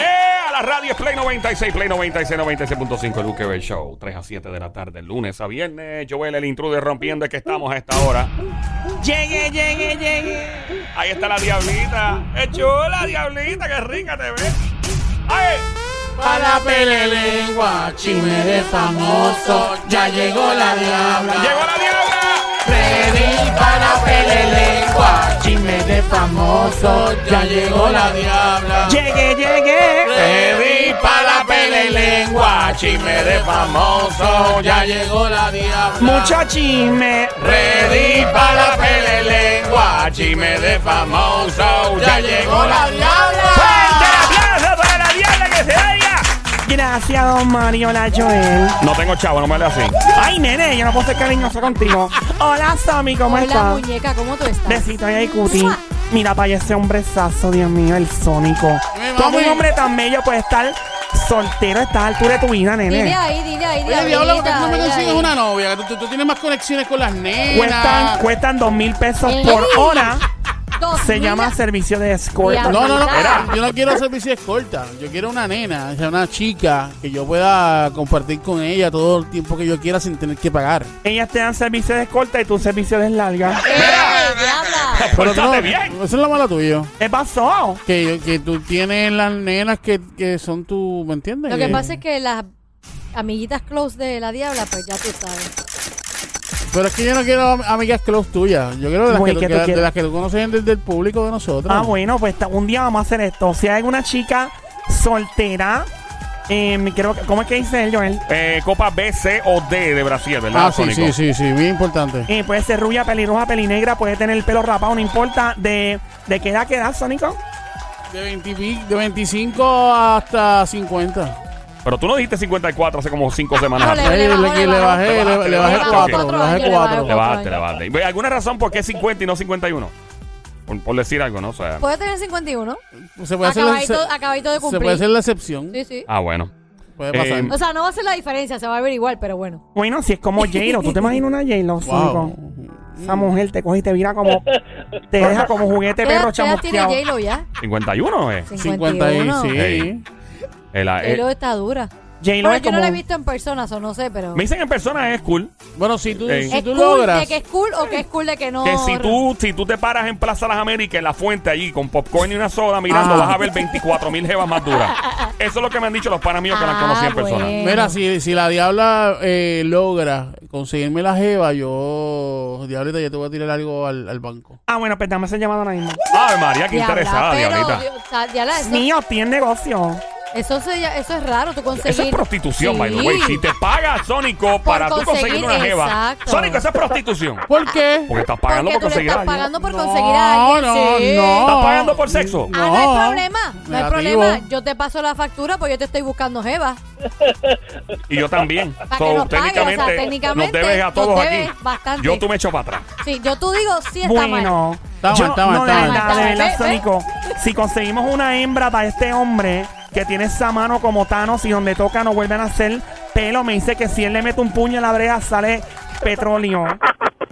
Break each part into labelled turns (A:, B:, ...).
A: la radio es Play 96, Play 96, 96.5, el Luke Bell Show. 3 a 7 de la tarde, lunes a viernes. Joel, el intruder, rompiendo que estamos a esta hora.
B: Llegué, llegué, llegué.
A: Ahí está la diablita. ¡Es chula, diablita! ¡Qué rica te ves! ¡Ay!
C: A la pelelengua, chisme de famoso, ya llegó la diabla.
A: ¡Llegó la diabla!
C: Ready para la pelelengua, chisme de famoso, ya llegó la diabla.
B: Llegué, llegué.
C: Ready para la pelelengua, chisme de famoso, ya llegó la diabla.
B: Mucho chisme.
C: Ready para la pelelengua, chisme de famoso, ya llegó la
A: ¡Fuerte
C: diabla.
A: el aplauso para la diabla que se oiga!
B: Gracias, don Mario, hola Joel.
A: No tengo chavo, no me le así.
B: Ay, nene, yo no puedo ser cariñoso contigo. Hola, Sammy, ¿cómo
D: Hola
B: estás?
D: muñeca, ¿cómo tú estás?
B: Besito ahí, Cuti. Mira, para ese hombrezazo, Dios mío, el sónico.
C: Mi
B: Como un
C: mami.
B: hombre tan bello puede estar soltero a esta altura de tu vida,
D: Dile
B: nene.
D: ahí, dile ahí, dile
C: Oye,
D: ahí.
C: diabla, ¿por qué tú no me consigues una novia? Tú, tú- tú tienes más conexiones con las nenas.
B: Cuestan, cuestan dos mil pesos
D: Ey.
B: por hora.
D: Dos
B: Se llama
D: mil-
B: servicio de escolta.
D: Diablo.
C: No, no, no.
D: Mira.
C: Yo no quiero servicio de escolta. Yo quiero una nena, o sea, una chica que yo pueda compartir con ella todo el tiempo que yo quiera sin tener que pagar.
B: Ellas te dan servicio de escolta y tú servicio de larga.
D: ¡Ey, diabla!
C: Pero tú no-
A: ¡Pórtate bien!
C: Eso es lo malo tuyo.
B: ¿Qué pasó?
C: Que, que tú tienes las nenas que, que son tu. ¿Me entiendes?
D: Lo que pasa es que las amiguitas close de la diabla, pues ya tú sabes.
C: Pero es que yo no quiero am- amigas close tuyas. Yo quiero de las,
B: Güey,
C: que,
B: ¿qué tú
C: que- de
B: quieres?
C: las que tú conoces desde el público de nosotros.
B: Ah, bueno, pues ta- un día vamos a hacer esto. Si hay alguna chica soltera, em, creo que, ¿cómo es que dice él, Joel?
A: Eh, Copa B, C o D de Brasil, ¿verdad?
C: Ah, sí,
A: Sónico?
C: sí, sí, sí. Bien importante.
B: Eh, puede ser rubia, pelirroja, pelinegra, puede tener el pelo rapado, no importa. ¿De, de qué edad, qué edad, Sónico?
C: De, 20 y pic- de 25 hasta 50.
A: Pero tú no dijiste 54 hace como 5 semanas
D: Ah, No,
A: atrás.
D: Le-
C: Ey,
D: le
C: le,
D: bajó,
C: le
D: le bajó.
C: bajé, le,
A: Le bajaste,
C: le bajé
A: ok.
C: 4.
D: Otro
C: Le bajé
D: año, le
C: 4.
A: Le
D: Otro
A: bajaste,
D: año.
A: le bajaste. Ve, ¿Alguna razón por qué 50 y no 51? Por, por decir algo, ¿no? O sea,
D: ¿Puede tener 51?
C: Se puede hacer la,
D: Acabadito,
C: se-
D: acabadito de
C: se puede
D: cumplir.
C: hacer la excepción.
D: Sí, sí.
A: ah, bueno.
C: Puede
A: Eh,
C: pasar.
D: O sea, no va a hacer la diferencia, se va a ver igual, pero bueno.
B: Bueno, si es como J-Lo, ¿tú te imaginas una J-Lo, Sónico?
C: wow.
B: Esa mujer te coge y te vira como. Te deja como juguete
D: ¿Qué
B: perro
D: edad, qué edad tiene
B: chamusqueado.
D: J-Lo ya?
A: 51 es.
C: 50 y sí.
A: Ey. El- el-
D: J-Lo está dura.
B: Ah, eh. J-Lo
D: Bueno,
B: es
D: yo
B: como.
D: no la he visto en persona, o no sé, pero...
A: me dicen en persona es cool.
C: Bueno, si tú,
A: Ey.
C: si
D: ¿Es
C: tú
D: cool
C: logras.
D: de que es cool o que es cool de que no?
A: Que si tú, si tú te paras en Plaza Las Américas, en la fuente allí, con popcorn y una soda mirando,
C: Ah.
A: vas a ver 24 mil jevas más duras. Eso es lo que me han dicho los panas míos que las conocí en
D: Ah,
A: persona.
D: bueno.
C: Mira, si, si la diabla eh, logra conseguirme la jeva, yo, diablita, yo te voy a tirar algo al, al banco.
B: Ah, bueno, pues dame ese llamado ahora mismo.
A: Ay, María, qué
D: Diabla,
A: interesada,
D: pero,
A: diablita.
D: Dios, o sea, diabla, eso-
B: Mío, tiene negocio.
D: Eso, se- eso es raro, tú conseguir.
A: Eso es prostitución, by the way.
D: Sí.
A: Si te paga Sónico para tú conseguir
D: conseguir,
A: una jeva.
D: exacto.
A: Sónico, eso es prostitución.
C: ¿Por qué?
A: Porque estás pagando
D: Porque
A: por
D: tú le
A: conseguir a
D: estás
A: alguien.
D: pagando por
C: No,
D: conseguir a alguien.
C: no,
D: sí.
C: no.
A: ¿Estás pagando por sexo?
D: Ah, no hay
C: No.
D: problema, no hay
C: Negativo.
D: problema. Yo te paso la factura porque yo te estoy buscando jeva.
A: Y yo también.
D: Para que nos pague, o sea, técnicamente
A: nos debes a
D: nos
A: todos
D: debes
A: aquí.
D: bastante.
A: Yo tú me echo para atrás.
D: Sí, yo tú digo, sí está mal.
B: Bueno,
C: Está
B: yo-
C: mal, está mal,
B: no, de
C: está mal.
B: verdad,
D: Está
B: de
D: mal.
B: verdad,
D: Ve, ve.
B: Sónico, si conseguimos una hembra para este hombre que tiene esa mano como Thanos y donde toca no vuelven a hacer pelo, me dice que si él le mete un puño en la breja sale petróleo.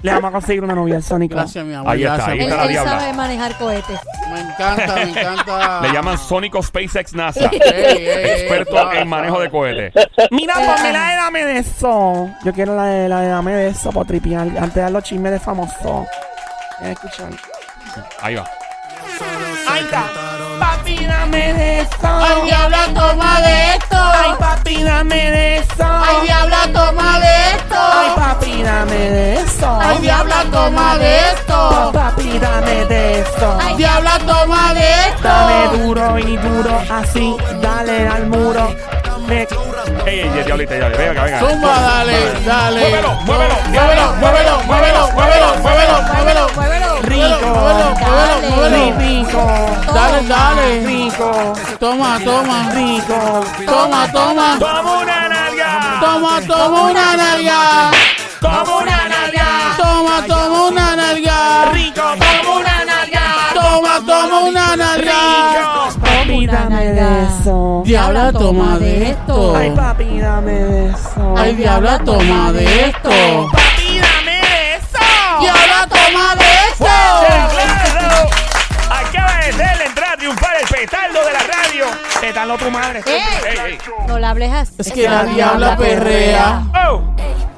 B: Le vamos a conseguir una novia al Sónico.
C: Gracias, mi amor.
A: Ahí está, ahí
C: gracias.
D: Él,
A: está la
D: él
A: diabla.
D: sabe manejar cohetes.
C: Me encanta, me encanta.
A: Le llaman Sónico SpaceX NASA.
C: Ah. Ey, ey, ey,
A: Experto
C: guau.
A: en manejo de cohetes.
B: Mira, ponme la de dame de eso. Yo quiero la de la de dame de eso por tripear. Antes de dar los chismes de famoso. Ven a escuchar.
A: Ahí va.
B: Ahí está. Papi, dame de eso.
C: Ay, diabla, toma de esto.
B: Ay, papi, dame de eso.
C: Ay, diabla, toma de
B: Ay,
C: esto.
B: papi, dame de eso.
C: Ay, diabla, toma de esto.
B: Papi, dame de eso.
C: Ay, diabla, toma de
B: Dame
C: esto.
B: duro y duro, así, dale al muro. Me-
A: Ey, ey, ey, diablita, diablita. Venga, venga.
C: Zumba, dale, dale.
A: Muévelo, muévelo,
C: muévelo, muévelo, muévelo, muévelo, muévelo, muévelo.
D: Muévelo.
B: Rico.
C: Muévelo, muévelo,
B: Muy
C: muévelo.
B: rico,
C: Dale, dale.
B: rico,
C: Toma, toma.
B: rico.
C: Toma, toma.
A: Toma una nalga.
C: Toma, toma una nalga.
A: Toma una nalga.
C: Toma, toma una nalga.
A: Rico, toma una nalga.
C: Toma, toma una nalga.
A: Rico.
B: Papi, dame de eso.
C: Diabla, toma de esto.
B: Ay, papi, dame de eso.
C: Ay, diabla, toma de esto.
B: papi, dame de eso.
C: Diabla, toma de
A: ¡Fuerte el
C: esto.
A: aplauso! Acaba de ser la entrada triunfal el petardo de la radio.
B: respetarlo a tu madre.
D: ¡Eh!
A: Ey, ey.
D: No la hables así.
C: Es que la diabla perrea.
A: ¡Oh!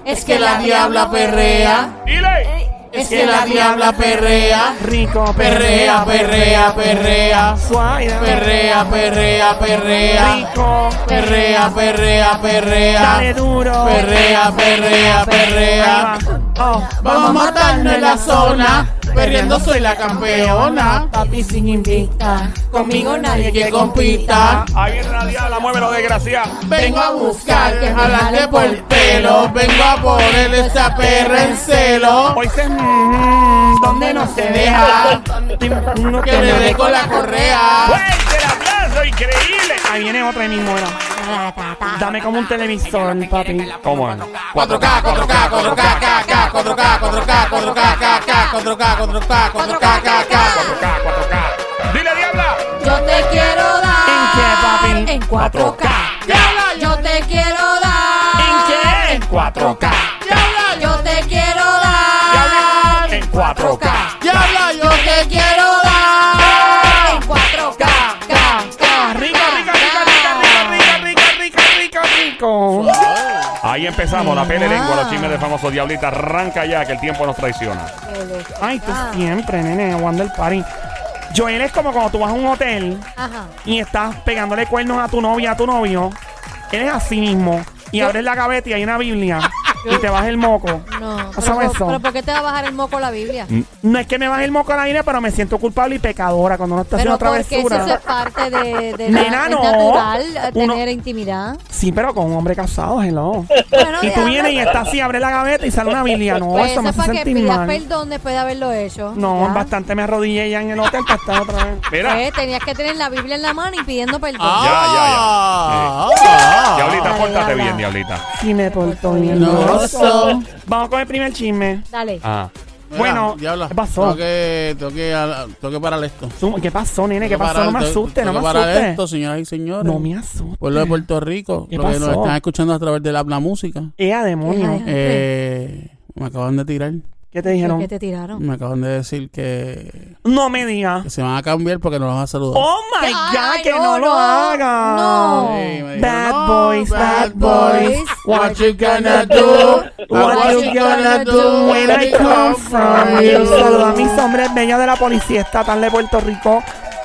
D: Es
C: que la diabla perrea.
A: ¡Dile!
C: Es que la diabla perrea.
B: Rico,
C: Perrea, perrea, perrea.
B: Suave,
C: Perrea, perrea, perrea.
B: Rico,
C: Perrea, perrea,
B: Dale
C: perrea.
B: duro.
C: Perrea, perrea, perrea.
B: Ahí va. Oh.
C: Vamos a matarnos en la zona. Perreando soy la campeona.
D: Papi sin invita. Conmigo nadie
C: Que compita.
A: Ahí viene la diabla, muévelo, desgracia.
C: Vengo a buscar, que jalarle por el pelo. Vengo a ponerle esa perra en celo.
B: Hoy se. mm, donde no se deja. Uno
C: Que le dé con la correa.
A: ¡Fuerte el aplauso! ¡Increíble!
B: Ahí viene otra de mi muera. Dame como un televisor, papi.
A: ¿Cómo es?
C: 4K, 4K, 4K, 4K, 4K, 4K, 4K, 4K, 4K, 4K, 4K, 4K.
A: 4K, 4K. ¡Dile, diabla!
D: Yo te quiero dar.
B: ¿En qué, papi?
D: En 4K. Yo te quiero dar.
B: ¿En qué?
A: 4K.
D: Yo te quiero dar.
A: En 4K.
C: Diabla, yo te quiero
D: dar. En 4K.
B: Rico, rico, rico, rico, rico, rico, rico, rico, rico.
A: Ahí empezamos, la pele lengua, los chismes de famoso diablita. Arranca ya, que el tiempo nos traiciona.
B: Ay, tú siempre, nene, aguando el party. Joel es como cuando tú vas a un hotel
D: Ajá.
B: y estás pegándole cuernos a tu novia, a tu novio. Eres así mismo. Y abres la gaveta y hay una Biblia. y te vas el moco.
D: No.
B: ¿No sabes
D: pero,
B: eso?
D: pero ¿por qué te va a bajar el moco la Biblia?
B: No es que me baje el moco a la Biblia, pero me siento culpable y pecadora cuando uno está
D: Pero
B: haciendo
D: porque
B: travesura.
D: eso es parte de, de
B: Nena,
D: la,
B: no.
D: es natural eh,
B: Uno-
D: tener intimidad.
B: Sí, pero con un hombre casado, hello.
D: Bueno,
B: y tú
D: diabla,
B: vienes y estás así, abres la gaveta y sale una Biblia. No,
D: pues
B: eso me
D: es
B: hace
D: para que
B: sentir
D: pidas
B: mal.
D: perdón después de haberlo hecho.
B: No,
D: Ya.
B: bastante me arrodillé ya en el hotel para estar otra vez.
A: Mira,
D: Eh, tenías que tener la Biblia en la mano y pidiendo perdón.
C: Ah.
A: diablita,
D: Dale,
A: pórtate
D: diabla.
A: bien, diablita.
B: Sí me portó bien.
C: Noso.
B: Vamos con el primer chisme.
D: Dale.
A: Ah.
B: Bueno,
C: diabla,
B: ¿qué pasó?
C: Tengo que, tengo que, hablar- tengo que parar esto.
B: Su- ¿Qué pasó, nene? ¿Qué
C: Tengo que
B: pasó? No
C: parar-
B: me
C: tengo-
B: asuste, no
C: tengo
B: me
C: que parar
B: asuste.
C: esto, señoras y señores.
B: No me asustes.
C: Pueblo de Puerto Rico,
B: ¿Qué
C: lo que nos
B: pasó?
C: están escuchando a través de la, la música.
B: Ea, demonio.
D: Ea,
C: Eh, me acaban de tirar.
B: ¿Qué te
D: ¿Por
B: dijeron?
D: qué te tiraron?
C: Me acaban de decir que,
B: No me digas.
C: que se van a cambiar porque no los van a saludar.
B: Oh my
D: Ay,
B: God, que
D: no,
B: no, lo
D: no,
B: hagas.
D: no.
C: Sí, me dijeron,
B: Bad
C: "No,
B: boys, bad boys.
C: What you gonna do?
B: What you gonna do when I come from you? Saluda a mis hombres bellos de la policía estatal de Puerto Rico,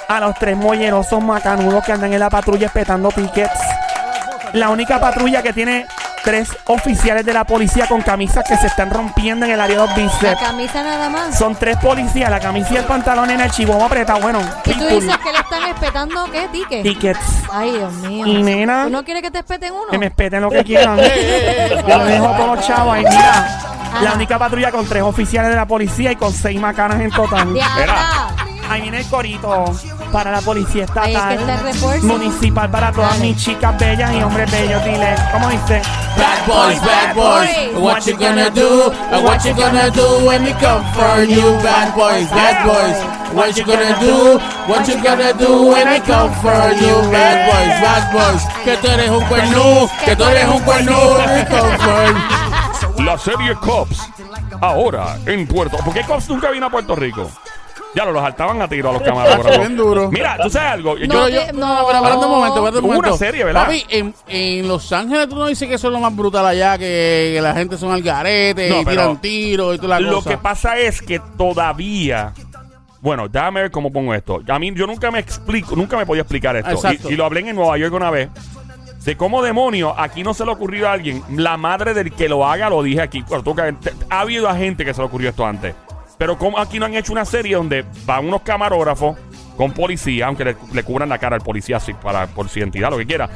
B: a los tres mollerosos macanudos que andan en la patrulla espetando tickets. La única patrulla que tiene tres oficiales de la policía con camisas que se están rompiendo en el área de los
D: La
B: bíceps.
D: camisa nada más.
B: Son tres policías, la camisa y el pantalón en el chihuahua apretado. Bueno,
D: Y tú
B: pitbull.
D: dices que le están respetando qué tique.
B: tickets.
D: Ay, Dios mío.
B: Y nena-
D: ¿Tú no quieres que te espeten uno?
B: Que me espeten lo que quieran. Yo los dejo con los chavos ahí,
D: Ah.
B: mira. La única patrulla con tres oficiales de la policía y con seis macanas en total.
D: Diabla.
B: Ahí viene el corito para la policía
D: Ahí es que está el
B: estatal.
D: refuerzo.
B: Municipal para todas
D: Dale.
B: mis chicas bellas y hombres bellos. Dile, ¿cómo dice?
C: Bad boys, bad boys, what you gonna do? What you gonna do when we come for you? Bad boys, bad boys, what you gonna do? What you gonna do when I come for you? Bad boys, bad boys, que tú eres un cuernú, que tú eres un cuernú, we come for you.
A: La serie Cops. Ahora, en Puerto. ¿Por qué Cops nunca vino a Puerto Rico? Ya lo, los saltaban a tiro a los camarógrafos.
C: Bien duro.
A: Mira, tú sabes algo. Yo-
D: No
C: Pero yo-
D: te-
C: no, pero espérate un momento, espérate un
A: Hubo una
C: momento.
A: serie, ¿verdad?
C: Papi, en, en Los Ángeles tú no dices que eso es lo más brutal allá, que, que la gente son al garete
A: No,
C: y
A: pero
C: tiran tiros y toda la
A: lo
C: cosa.
A: que pasa es que todavía. Bueno, déjame ver cómo pongo esto. A mí, yo nunca me explico, nunca me podía explicar esto.
C: Exacto.
A: Y, y lo hablé en Nueva York una vez. De cómo demonio, aquí no se le ocurrió a alguien. La madre del que lo haga lo dije aquí. Bueno, tú que- te- ha habido a gente que se le ocurrió esto antes. Pero como aquí no han hecho una serie donde van unos camarógrafos con policía, aunque le, le cubran la cara al policía así para, por su identidad, lo que quiera,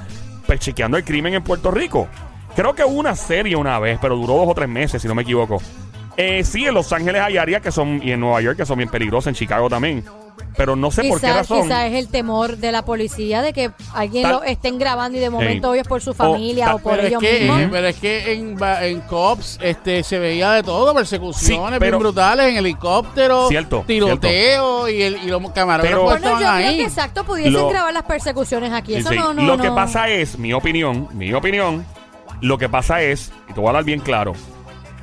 A: pero chequeando el crimen en Puerto Rico. Creo que hubo una serie una vez, pero duró dos o tres meses, si no me equivoco. Eh, sí, en Los Ángeles hay áreas que son, y en Nueva York que son bien peligrosas, en Chicago también. Pero no sé por qué
D: Quizás
A: razón.
D: quizá es el temor de la policía de que alguien
A: Tal-
D: lo estén grabando y de momento
A: Ey.
D: hoy es por su familia
A: tal-
D: o, por
C: pero es,
D: ellos
C: que, eh,
D: mismos.
C: pero es que en, ba- en COPS este, se veía de todo, persecuciones
A: Sí,
C: bien
A: pero-
C: brutales en helicóptero,
A: Cierto,
C: tiroteo y, el, y los camarógrafos
A: Pero-
D: Bueno,
C: estaban
D: yo creo
C: ahí.
D: que exacto pudiesen
A: Lo-
D: grabar las persecuciones aquí. Eso
A: Sí,
D: no, no,
A: lo
D: no.
A: que pasa es, mi opinión, mi opinión, lo que pasa es, y te voy a hablar bien claro,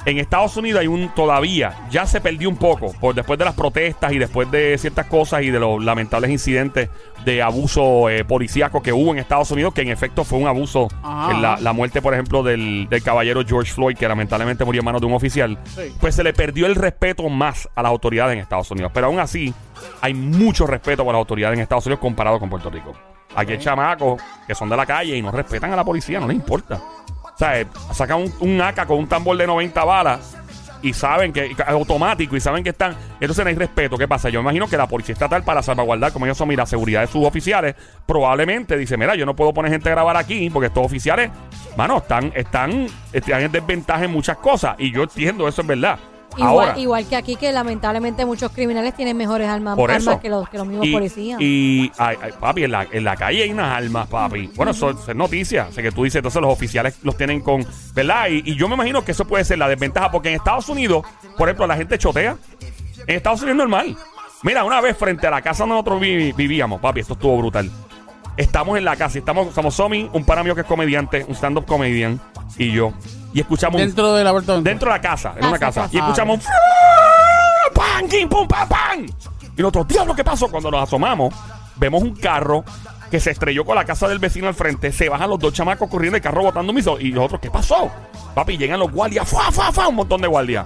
A: En Estados Unidos hay un todavía, ya se perdió un poco, por después de las protestas y después de ciertas cosas y de los lamentables incidentes de abuso eh, policíaco que hubo en Estados Unidos, que en efecto fue un abuso.
C: Ajá.
A: En la, la muerte, por ejemplo, del, del caballero George Floyd, que lamentablemente murió en manos de un oficial,
C: Sí.
A: pues se le perdió el respeto más a las autoridades en Estados Unidos. Pero aún así, hay mucho respeto por las autoridades en Estados Unidos comparado con Puerto Rico. Aquí hay chamacos que son de la calle y no respetan a la policía, no les importa. O sea, eh, sacan un, un AK con un tambor de 90 balas y saben que es automático y saben que están. Entonces no hay respeto. ¿Qué pasa? Yo imagino que la policía estatal para salvaguardar, como ellos son, mira, la seguridad de sus oficiales, probablemente dice, mira, yo no puedo poner gente a grabar aquí porque estos oficiales, mano, están, están, están en desventaja en muchas cosas. Y yo entiendo eso, es verdad. Ahora,
D: Igual, igual que aquí, que lamentablemente muchos criminales tienen mejores armas,
A: por
D: armas
A: eso.
D: que, los, que los mismos
A: y,
D: policías.
A: y- ay, ay, papi, en la, en la calle hay unas armas, papi. Bueno, eso, es noticia. O sea, que tú dices, entonces los oficiales los tienen con, ¿verdad? Y, y yo me imagino que eso puede ser la desventaja, porque en Estados Unidos, por ejemplo, la gente chotea. En Estados Unidos es normal. Mira, una vez frente a la casa donde nosotros vi- vivíamos, papi, esto estuvo brutal. Estamos en la casa y estamos, somos Somi, un pana mío que es comediante, un stand-up comedian, y yo. Y escuchamos un
C: Dentro del apartamento.
A: dentro de la casa, en una casa.
D: Casa, casa.
A: Y escuchamos un ¡Pam! ¡Kim! ¡Pum! ¡Pam! ¡Pam! Y nosotros, diablo, ¿qué pasó? Cuando nos asomamos, vemos un carro que se estrelló con la casa del vecino al frente. Se bajan los dos chamacos corriendo el carro botando miso. Y nosotros, ¿qué pasó? Papi, llegan los guardias. ¡Fua, fua, fua! Un montón de guardias.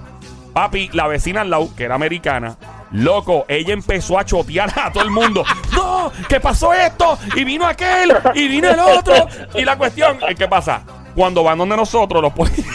A: Papi, la vecina al lado, que era americana. Loco, ella empezó a chotear a todo el mundo. ¡No! ¿Qué pasó esto? Y vino aquel, y vino el otro. Y la cuestión, ¿eh, ¿qué pasa? Cuando van donde nosotros, los policías.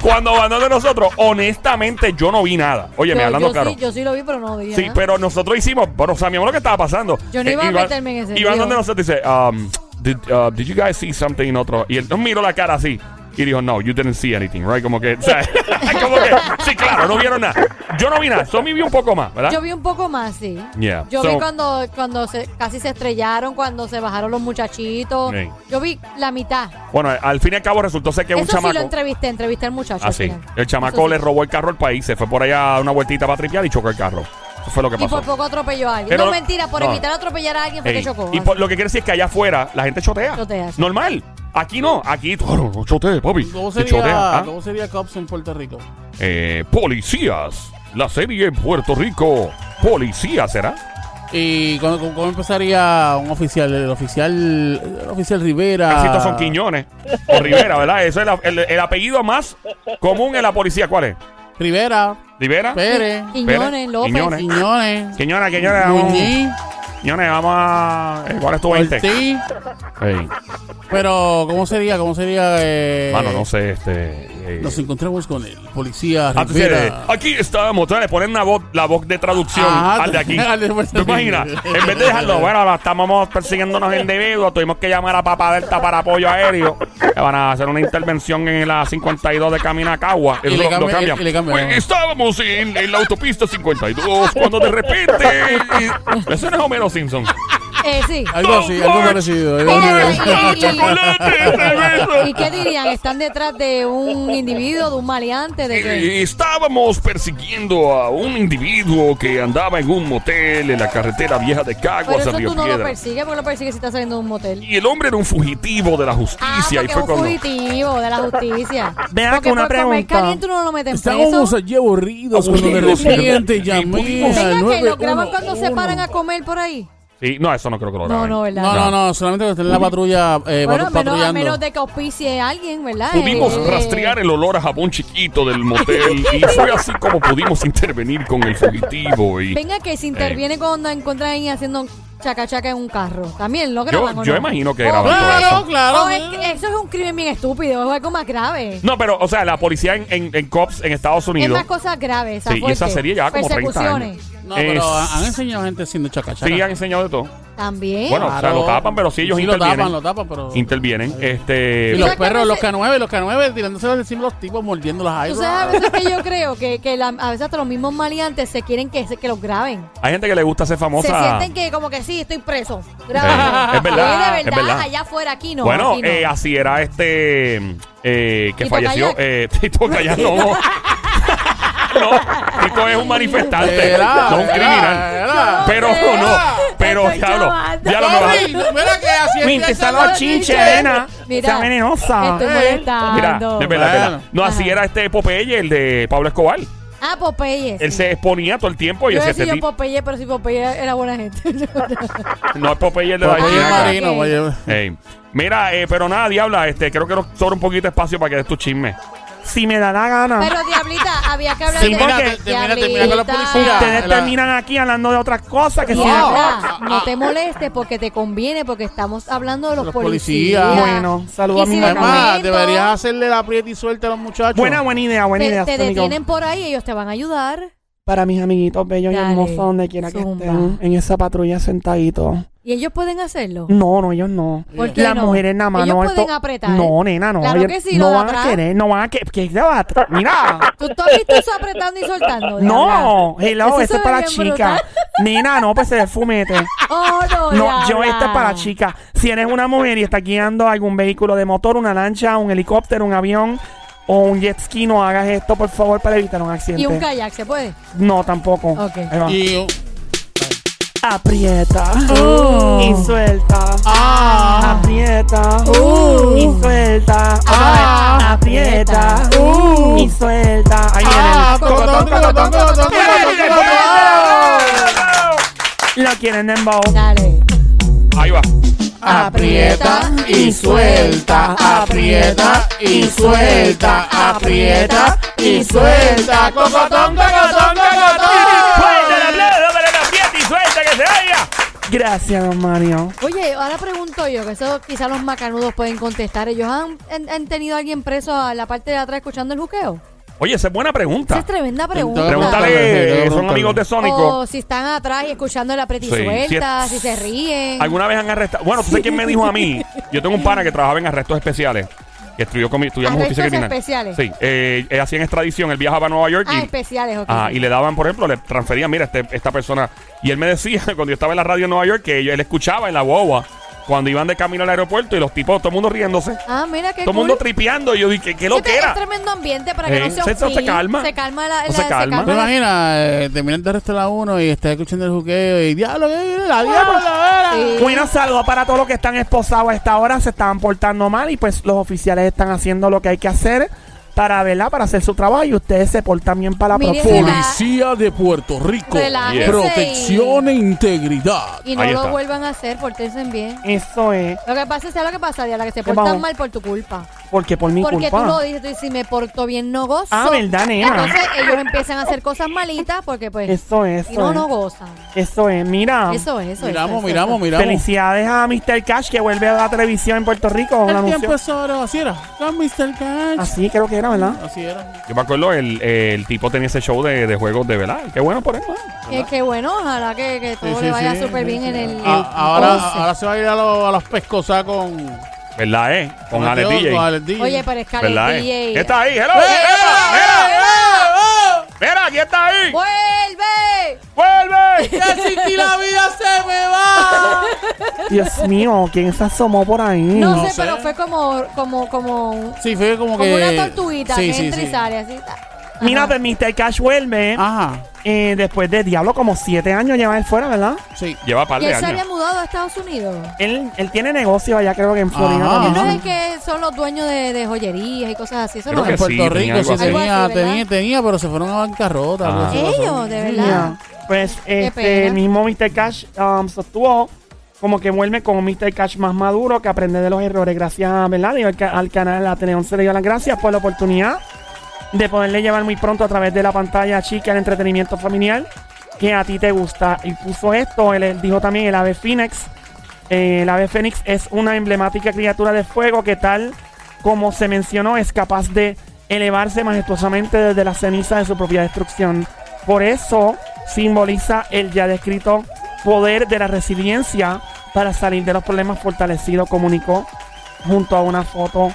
A: Cuando van de nosotros, honestamente yo no vi nada. Oye, me
D: Yo-
A: hablando
D: yo
A: claro.
D: Sí, yo sí lo vi, pero no vi
A: Sí, pues,
D: nada.
A: pero nosotros hicimos, bueno, sabíamos lo que estaba pasando. Eh,
D: Yo no iba a
A: Iván-
D: meterme en ese
A: Iván
D: lío.
A: donde nosotros dice, um, did, uh, did you guys see something in otro? Y él nos miró la cara así. Y dijo, no, you didn't see anything, right? Como que, o sea, como que, sí, claro, no vieron nada. Yo no vi nada, Somi vio un poco más, ¿verdad?
D: Yo vi un poco más, sí.
A: ah. Yeah.
D: Yo
A: So-
D: vi cuando, cuando se, casi se estrellaron, cuando se bajaron los muchachitos.
A: Sí.
D: Yo vi la mitad.
A: Bueno, al fin y al cabo resultó ser que
D: Eso
A: un chamaco.
D: sí lo entrevisté, entrevisté al muchacho. al
A: así.
D: final.
A: El chamaco
D: Eso sí.
A: le robó el carro al país, se fue por allá a una vueltita para tripear y chocó el carro. Eso fue lo que
D: Y
A: pasó.
D: por poco atropelló a alguien.
A: Pero-
D: no, mentira, por
A: no.
D: evitar atropellar a alguien fue
A: Ey,
D: que chocó. ¿eh?
A: Y por- lo que quiere decir es que allá afuera la gente chotea.
D: Chotea, sí.
A: Normal. Aquí no. Aquí, claro, no chotea, papi.
C: ¿Cómo
A: Se
C: sería,
A: chotea. ¿ah?
C: cómo sería Cops en Puerto Rico?
A: Eh, policías. La serie en Puerto Rico. Policía, ¿será?
C: ¿Y cómo, cómo- cómo empezaría un oficial? El oficial, el oficial Rivera.
D: Ah.
A: Casi todos son Quiñones. O Rivera, ¿verdad? Eso es la- el, el apellido más común en la policía. ¿Cuál es?
C: Rivera,
A: ¿Rivera?
C: Pérez,
D: Quiñones,
A: Pérez,
D: López.
A: Quiñones.
C: Quiñones,
A: Quiñones, Quiñones. vamos.
C: Muñiz,
A: Quiñones, vamos a... eh, ¿Cuál es tu 20?
C: Ortiz.
A: Ey,
C: Pero, ¿cómo sería? ¿Cómo sería? Eh,
A: Mano, no sé, este... eh,
C: Nos encontramos con el policía
A: Ah, tú sí eres.
C: Rivera.
A: Aquí estamos, tú le ponen una voz, la voz de traducción
C: Ajá,
A: al de aquí.
C: al de Puerto
A: ¿Te imaginas?
C: Rico.
A: En vez de dejarlo, bueno, ahora estábamos persiguiéndonos individuos, tuvimos que llamar a Papá Delta para apoyo aéreo. que Van a hacer una intervención en la 52 de Caminacagua.
C: Y
A: Eso
C: le
A: lo- lo
C: cambian-
A: cambian.
C: y le cambian.
A: Pues estábamos en, en la autopista 52 cuando de repente... y- Eso no es Homero Simpson.
D: Eh, sí.
C: Algo así, algo
A: Lord.
C: parecido. algo parecido.
A: ¡Come chocolate, cerveza!
D: ¿Y qué dirían? ¿Están detrás de un individuo, de un maleante? ¿De qué?
A: Eh, Estábamos persiguiendo a un individuo que andaba en un motel en la carretera vieja de
D: Pero
A: Caguas a
D: eso
A: Río
D: tú no lo
A: Piedra.
D: persigues, porque lo persigues si estás saliendo de un motel.
A: Y el hombre era un fugitivo de la
D: Ah,
A: justicia y
D: porque es
A: fue
D: un
A: cuando
D: fugitivo de la justicia.
B: Ven acá,
D: Porque
B: una
D: por comer
B: pregunta.
D: caliente uno no lo mete en
C: Estábamos
D: preso.
C: allí aburridos cuando de
A: Aburridos.
C: repente llamé
A: Venga,
C: al
D: Venga, que lo
C: 911.
D: graban cuando se paran a comer por ahí.
A: Sí, no, eso no creo que lo ¿eh?
D: No,
A: graben.
D: no, ¿verdad?
C: No, no, no, solamente que estén en la patrulla eh,
D: Bueno, a menos, a
C: patrullando.
D: menos de que auspicie a alguien, ¿verdad?
A: Pudimos
D: Eh, eh,
A: rastrear el olor a jabón chiquito del motel y fue así como pudimos intervenir con el fugitivo y
D: Venga, que se interviene cuando encuentran ahí haciendo chaca chaca en un carro. También lo graban.
A: yo,
D: ¿o
A: yo
D: no?
A: imagino que
D: Oh,
A: graban todo
C: Claro,
A: eso.
C: claro.
D: Oh, es que eso es un crimen bien estúpido, es algo más grave.
A: No, pero, o sea, la policía en, en, en Cops en Estados
D: es
A: Unidos.
D: más cosas graves. esa
A: Sí, y esa
D: fuerte.
A: serie ya como 30 años.
D: Persecuciones.
C: No,
A: Eh,
C: pero han han enseñado gente haciendo chacachaca.
A: Sí, han enseñado de todo.
D: También.
A: Bueno, o sea, lo tapan, pero sí, ellos
C: lo
A: intervienen.
C: tapan, lo tapan, pero...
A: Intervienen. Este,
C: Y los
D: Exactamente.
C: perros, los K9, los K9 tirándose encima los tipos, mordiendo las
D: Tú
C: eyebrows.
D: sabes a veces que yo creo que, que la- a veces hasta los mismos maleantes se quieren que, se- que los graben.
A: Hay gente que le gusta ser famosa.
D: se sienten que como que sí, estoy preso.
A: Sí,
D: Grábame.
A: es verdad,
D: Sí, de
A: es verdad.
D: allá afuera, aquí no.
A: bueno,
D: aquí no.
A: eh, así era este eh, que
D: Tito
A: falleció.
D: Kayak.
A: Eh, Tito Kayak, no. no. Tito es un manifestante,
C: Era,
A: no un
C: era,
A: criminal.
C: era.
A: Pero no,
D: Era.
A: Pero,
D: Estoy
A: diablo,
D: llamando.
A: diablo, me
D: Mami,
A: vas a-
C: Ay, mira que así
B: Mira,
C: empieza
B: está
C: la-
B: los chinches, nena.
D: Mira,
B: Está venenosa.
D: Estoy
C: Eh,
A: Mira,
D: molestando.
A: es verdad, es verdad.
C: Bueno.
A: No, así
D: Ajá.
A: era este Popeye, el de Pablo Escobar.
D: Ah, Popeye.
A: Él
D: sí.
A: se exponía todo el tiempo y
D: Yo
A: decía
D: he
A: este
D: sido
A: tipo.
D: Popeye, pero si Popeye era buena gente.
A: No es Popeye el de la
C: Oye,
A: esquina acá.
C: Marino, oye.
A: Ey. Mira, eh, pero nada, diabla, este, creo que nos sobra un poquito de espacio para que des tus chismes.
B: Si me da la gana.
D: Pero Diablita, había que hablar
C: Sí,
D: de
C: mira, te- termina- termina con la
D: Diablita.
C: publicidad.
B: Ustedes
C: la-
B: terminan aquí hablando de otras cosas que
D: Diabla,
B: si
D: No,
B: me da la gana.
D: te molestes porque te conviene, porque estamos hablando de los,
C: Los
D: policías.
C: policías.
B: Bueno, saludos
D: Y
B: a mi
D: si de
B: mamá.
C: Además,
D: momento-
C: deberías hacerle la aprieta y suelta a los muchachos.
B: Buena, buena idea, buena
D: Te,
B: idea.
D: te
B: Sónico.
D: detienen por ahí, ellos te van a ayudar.
B: Para mis amiguitos bellos
D: Dale,
B: y hermosos, donde quiera que
D: zumba.
B: estén, en esa patrulla sentadito.
D: Y ellos pueden hacerlo.
B: No, no, ellos no.
D: ¿Por qué
B: Las
D: no?
B: mujeres nada más.
D: Ellos
B: no,
D: pueden apretar.
B: No, nena, no.
D: Claro
B: ellos
D: que sí,
B: no
D: lo de
B: van
D: atrás.
B: a querer, no van a querer. ¿Qué es de atrás? Mira.
D: ¿Tú, tú has visto eso apretando y soltando? Diabla?
B: no, hello,
D: Eso
B: esto es
D: se ve
B: para
D: bien
B: chicas. Nena, no, pues se defumete.
D: Oh, no,
B: No, yo
D: Diabla.
B: esta es para chicas. Si eres una mujer y estás guiando algún vehículo de motor, una lancha, un helicóptero, un avión o un jet ski, no hagas esto, por favor, para evitar un accidente.
D: Y un kayak, ¿se puede?
B: No, tampoco.
D: Ok.
B: Ahí va.
C: Y.
B: Aprieta
D: Oh.
B: y suelta.
C: ¡Ah!
B: Aprieta
D: Uh.
B: y suelta.
C: Ah.
B: Aprieta
C: Uh.
B: y suelta. Ahí
C: ¡Ah!
B: viene el
C: ¡Cocotón, cocotón, cocotón, cocotón, cocotón!
B: Lo quieren en
D: Dale.
A: Ahí va.
C: Aprieta y suelta, aprieta y suelta, aprieta y suelta, cocotón, cocotón,
A: Suéltale,
C: cocotón.
A: aplauso, dale la fiesta y suelta que se oiga.
B: Gracias, don Mario.
D: Oye, ahora pregunto yo, que eso quizás los macanudos pueden contestar. ¿Ellos han, han- han tenido a alguien preso a la parte de atrás escuchando el juqueo?
A: Oye, esa es buena
D: Esa
A: pregunta.
D: es tremenda pregunta.
A: Pregúntale,
C: Pregúntale,
A: eh, son
C: pregúntale.
A: amigos de Sónico.
D: O si están atrás y escuchando la
A: Sí, si es-
D: pretisuelta, si, se ríen.
A: ¿Alguna vez han arrestado? Bueno, tú sabes quién me dijo a mí. Yo tengo un pana que trabajaba en arrestos especiales. Que estudió con estudiamos justicia
D: Arrestos
A: criminal.
D: especiales.
A: Sí, eh, eh, hacían extradición. Él viajaba a Nueva York
D: Ah,
A: y
D: especiales, ok.
A: Ah, y le daban, por ejemplo, le transferían, mira, este- esta persona. Y él me decía, cuando yo estaba en la radio en Nueva York, que yo- él escuchaba en la guagua, cuando iban de camino al aeropuerto y los tipos, todo el mundo riéndose,
D: Ah, mira qué
A: todo el mundo
D: cool.
A: tripeando. Y yo dije, ¿qué lo
D: Sí,
A: que
D: pero Es
A: era?
D: tremendo ambiente para que
A: Sí,
D: no se
A: se- se- se
D: ofenda.
A: calma.
D: Se calma la,
A: No
D: la-
A: se calma.
C: ¿Te
D: la-
C: imaginas? Eh, terminas de arrestar a uno y estás escuchando el juqueo y diablo, eh, la diabla,
D: Sí.
B: Bueno, saludos para todos los que están esposados a esta hora, se estaban portando mal y pues los oficiales están haciendo lo que hay que hacer para, ¿verdad? Para hacer su trabajo y ustedes se portan bien para la
D: Miren,
B: próxima.
D: Policía
C: de Puerto Rico,
D: Relájense
C: protección
D: Protección
C: e integridad.
D: Y no
A: Ahí
D: lo
A: está.
D: vuelvan a hacer, portense bien.
B: Eso es,
D: Lo que pasa es ¿sabes lo que pasa, Diana, que se
B: ¿Qué pasó?
D: portan mal por tu culpa.
B: porque por mi
D: Porque
B: culpa.
D: tú lo dices, tú dices, si me porto bien, no gozo.
B: Ah, ¿verdad, nena?
D: Entonces ellos empiezan a hacer cosas malitas porque pues...
B: Eso es,
D: y
B: eso
D: no,
B: es. Ah.
D: no gozan.
B: Eso es, mira.
D: Eso, eso, eso,
C: Miramos,
D: eso,
C: miramos,
D: eso.
C: miramos.
B: Felicidades a Mr. Cash que vuelve a la televisión en Puerto Rico. lo
C: El
B: anunció.
C: tiempo es oro, así era. Con Mr. Cash.
B: Así creo que era, ¿verdad?
C: Así era.
A: Yo me acuerdo, el, el tipo tenía ese show de, de juegos de verdad. Qué bueno por él. ¿no?
D: Que, que bueno, ojalá que, que todo
C: Sí, sí,
D: le vaya
C: sí.
D: súper bien en el...
C: Ah, ahora,
D: once.
C: ahora se va a ir a, lo- a las pescosas con,
A: ¿Verdad, eh? Con Ale
C: Mateo,
A: DJ.
C: con Ale DJ.
D: Oye, pero es que
A: ¿Verdad,
D: el
A: eh?
D: DJ...
A: Está ahí, hello.
C: ¡Eh,
A: Mira, mira,
C: eh,
A: mira, aquí está ahí.
D: ¡Vuelve!
A: ¡Vuelve!
C: eh, eh! ¡Que Siki la vida se me va!
B: Dios mío, ¿quién se asomó por ahí?
D: No,
C: No
D: sé,
C: sé.
D: pero fue como, como, como, un-
C: Sí, fue como,
D: como
C: que...
D: una tortuguita
C: Sí,
D: que
C: sí,
D: entra
C: sí.
D: y sale así. Ajá.
B: Mira, pues Mr. Cash vuelve
C: Ajá,
B: eh, después de Diablo, como siete años lleva él fuera, ¿verdad?
C: sí.
A: Lleva par
D: ¿Y
A: de
D: él se había
A: años.
D: mudado a Estados Unidos?
B: Él, él tiene negocio allá, creo que en Florida
C: Ajá.
D: ¿No
B: también.
D: es que son los dueños de, de joyerías y cosas así? Son
A: Creo
D: los...
A: que
C: En
A: sí,
C: Puerto
A: tenía
C: Rico
A: algo
C: sí
A: así.
C: tenía,
D: Algo así,
C: tenía, tenía, pero se fueron a bancarrota. algo
A: Ah.
C: así pasó.
D: Ellos, de verdad.
B: Ya. Pues este,
D: pena.
B: el mismo Mr. Cash um, sostuvo como que vuelve con un Mr. Cash más maduro que aprende de los errores. Gracias, ¿verdad? Digo, al, ca- al canal Ateneo se le dio las gracias por la oportunidad de poderle llevar muy pronto a través de la pantalla chica el entretenimiento familiar que a ti te gusta. Y puso esto, él, él dijo también el ave Phoenix. Eh, el ave Fénix es una emblemática criatura de fuego que tal como se mencionó es capaz de elevarse majestuosamente desde la ceniza de su propia destrucción. Por eso simboliza el ya descrito poder de la resiliencia para salir de los problemas fortalecido, comunicó junto a una foto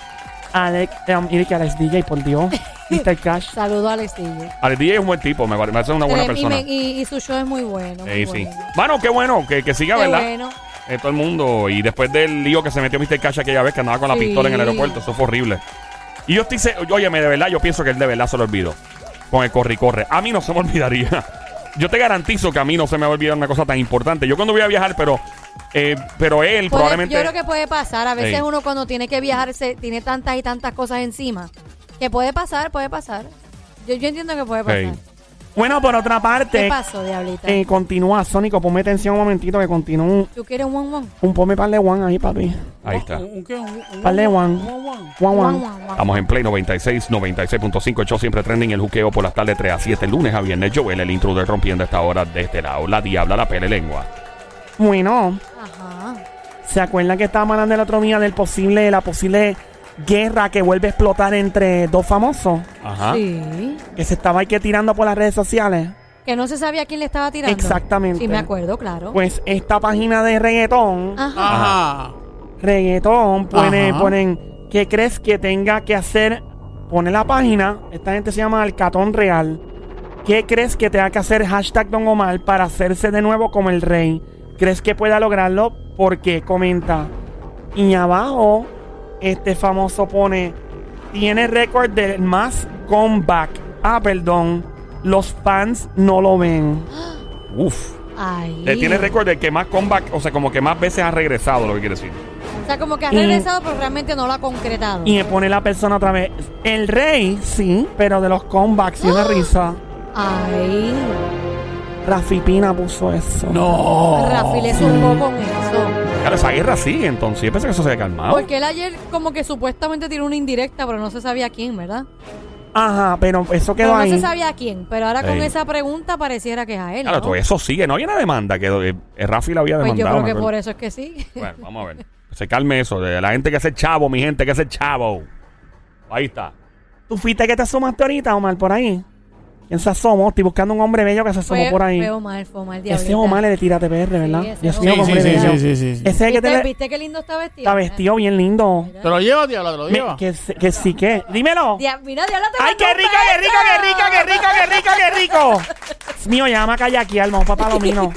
B: Alex, um, Eric Alex DJ, por Dios, Mr. Cash.
D: Saludo a Alex DJ.
A: Ale DJ es un buen tipo, me pare- me parece una buena
D: Trem- y,
A: persona.
D: me- y- y su show es muy bueno. muy
A: Sí, sí.
D: bueno.
A: Mano, qué bueno, que, que siga,
D: Qué
A: ¿verdad?
D: bueno.
A: Eh, todo el mundo. Y después del lío que se metió Mr. Cash aquella vez que andaba con la
D: Sí.
A: pistola en el aeropuerto, eso fue horrible. Y yo estoy, se- óyeme, de verdad, yo pienso que él de verdad se lo olvidó. Con el corre y corre. A mí no se me olvidaría. yo te garantizo que a mí no se me va a olvidar una cosa tan importante. Yo cuando voy a viajar, pero, eh, pero él
D: Puede-
A: probablemente.
D: Pues, Yo creo que puede pasar. A veces
A: Ey.
D: uno cuando tiene que viajar se tiene tantas y tantas cosas encima. Que puede pasar, puede pasar. Yo, yo entiendo que puede pasar.
A: Ey.
B: Bueno, por otra
D: ¿Qué
B: parte,
D: pasó, diablita?
B: eh, continúa, Sónico, ponme atención un momentito que continúa un,
D: ¿Tú quieres un one one?
B: un ponme par de one ahí, papi.
A: Ahí está.
C: ¿Un qué? ¿Un- un-
B: Par de one.
C: un- un- un-
B: One,
D: One,
B: one.
D: one, one.
A: Estamos en Play 96, 96.5, el show siempre trending, el juqueo por las tardes 3 a 7, lunes a viernes, Joel, el intruder rompiendo esta hora desde la ola diabla, la pele lengua.
B: Bueno,
D: Ajá.
B: ¿se acuerdan que estábamos hablando el otro día del posible, la posible guerra que vuelve a explotar entre dos famosos?
A: Ajá.
D: Sí.
B: Que se estaba ahí que tirando por las redes sociales.
D: Que no se sabía quién le estaba tirando.
B: Exactamente.
D: Sí, me acuerdo, claro.
B: Pues esta página de reggaetón,
D: Ajá.
C: Ajá.
B: reggaetón, pone-
C: Ajá.
B: ponen, ¿qué crees que tenga que hacer? Pone la página, esta gente se llama Alcatón Real. ¿Qué crees que tenga que hacer hashtag Don Omar para hacerse de nuevo como el rey? ¿Crees que pueda lograrlo? Porque comenta. Y abajo, este famoso pone, tiene récord de más comeback. Ah, perdón, los fans no lo ven.
A: Uf.
D: Ahí.
A: Eh, tiene récord de que más comeback, o sea, como que más veces ha regresado, lo que quiere decir.
D: O sea, como que ha
B: Y-
D: regresado, pero realmente no lo ha concretado.
B: Y me pone la persona otra vez. El rey, sí, pero de los comebacks y una risa.
D: Ay.
B: Rafi Pina puso eso. Oh,
C: No.
D: Rafi le zumbó con eso.
A: Claro, esa guerra sigue, entonces. Yo pensé que eso se había
B: Ah.
A: calmado.
D: Porque él ayer como que supuestamente tiró una indirecta, pero no se sabía quién, ¿verdad?
B: Ajá, pero eso quedó
D: Pero no
B: ahí.
D: se sabía a quién, pero ahora con
A: Ey.
D: esa pregunta pareciera que es a él.
A: Claro,
D: ¿no?
A: todo eso sigue. No había una demanda que eh, Rafi la había
D: Pues yo
A: demandado.
D: creo que
A: me
D: por
A: acuerdo.
D: eso es que sí.
A: Bueno, vamos a ver. Se calme eso. de la gente que hace chavo, mi gente que hace chavo. Ahí está.
B: ¿Tú fuiste que te asomaste ahorita, Omar, por ahí? ¿Quién se asomó? Estoy buscando un hombre bello que se asomó
D: Fue,
B: por ahí.
D: fue Omar, fue Omar Diablita.
B: Ese Omar es de Tírate PR, ¿verdad?
D: Sí, ese
B: Dios
D: Omar.
B: mío,
D: Sí,
B: hombre
D: sí, sí,
B: bello.
C: sí, sí, sí.
B: Ese es el que te
D: ¿Viste,
B: le-
D: ¿Viste qué lindo está vestido?
B: está vestido bien lindo.
C: ¿Te lo llevas, diabla? ¿Te lo
B: Me-
C: llevas?
B: que, se- que sí que. Dímelo.
D: Dia- mira, Diabla te
B: ¡Ay,
D: mandó
B: qué
D: un
B: rico, qué rico, qué rico,
D: beso.
B: qué rico, qué rico, qué rico! Dios mío, llama calla aquí, al papá Palomino.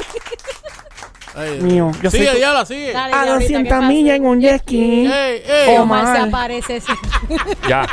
C: Ay,
B: Mío, yo
C: sigue,
B: soy tu-
C: diabla, sigue.
D: Dale,
B: A
D: Diablita, ¿qué
B: 200
D: pasa?
B: millas en un jet ski.
C: Ey, ey.
B: Oh,
D: Omar se
B: Omar.
D: aparece. sí.
A: Ya.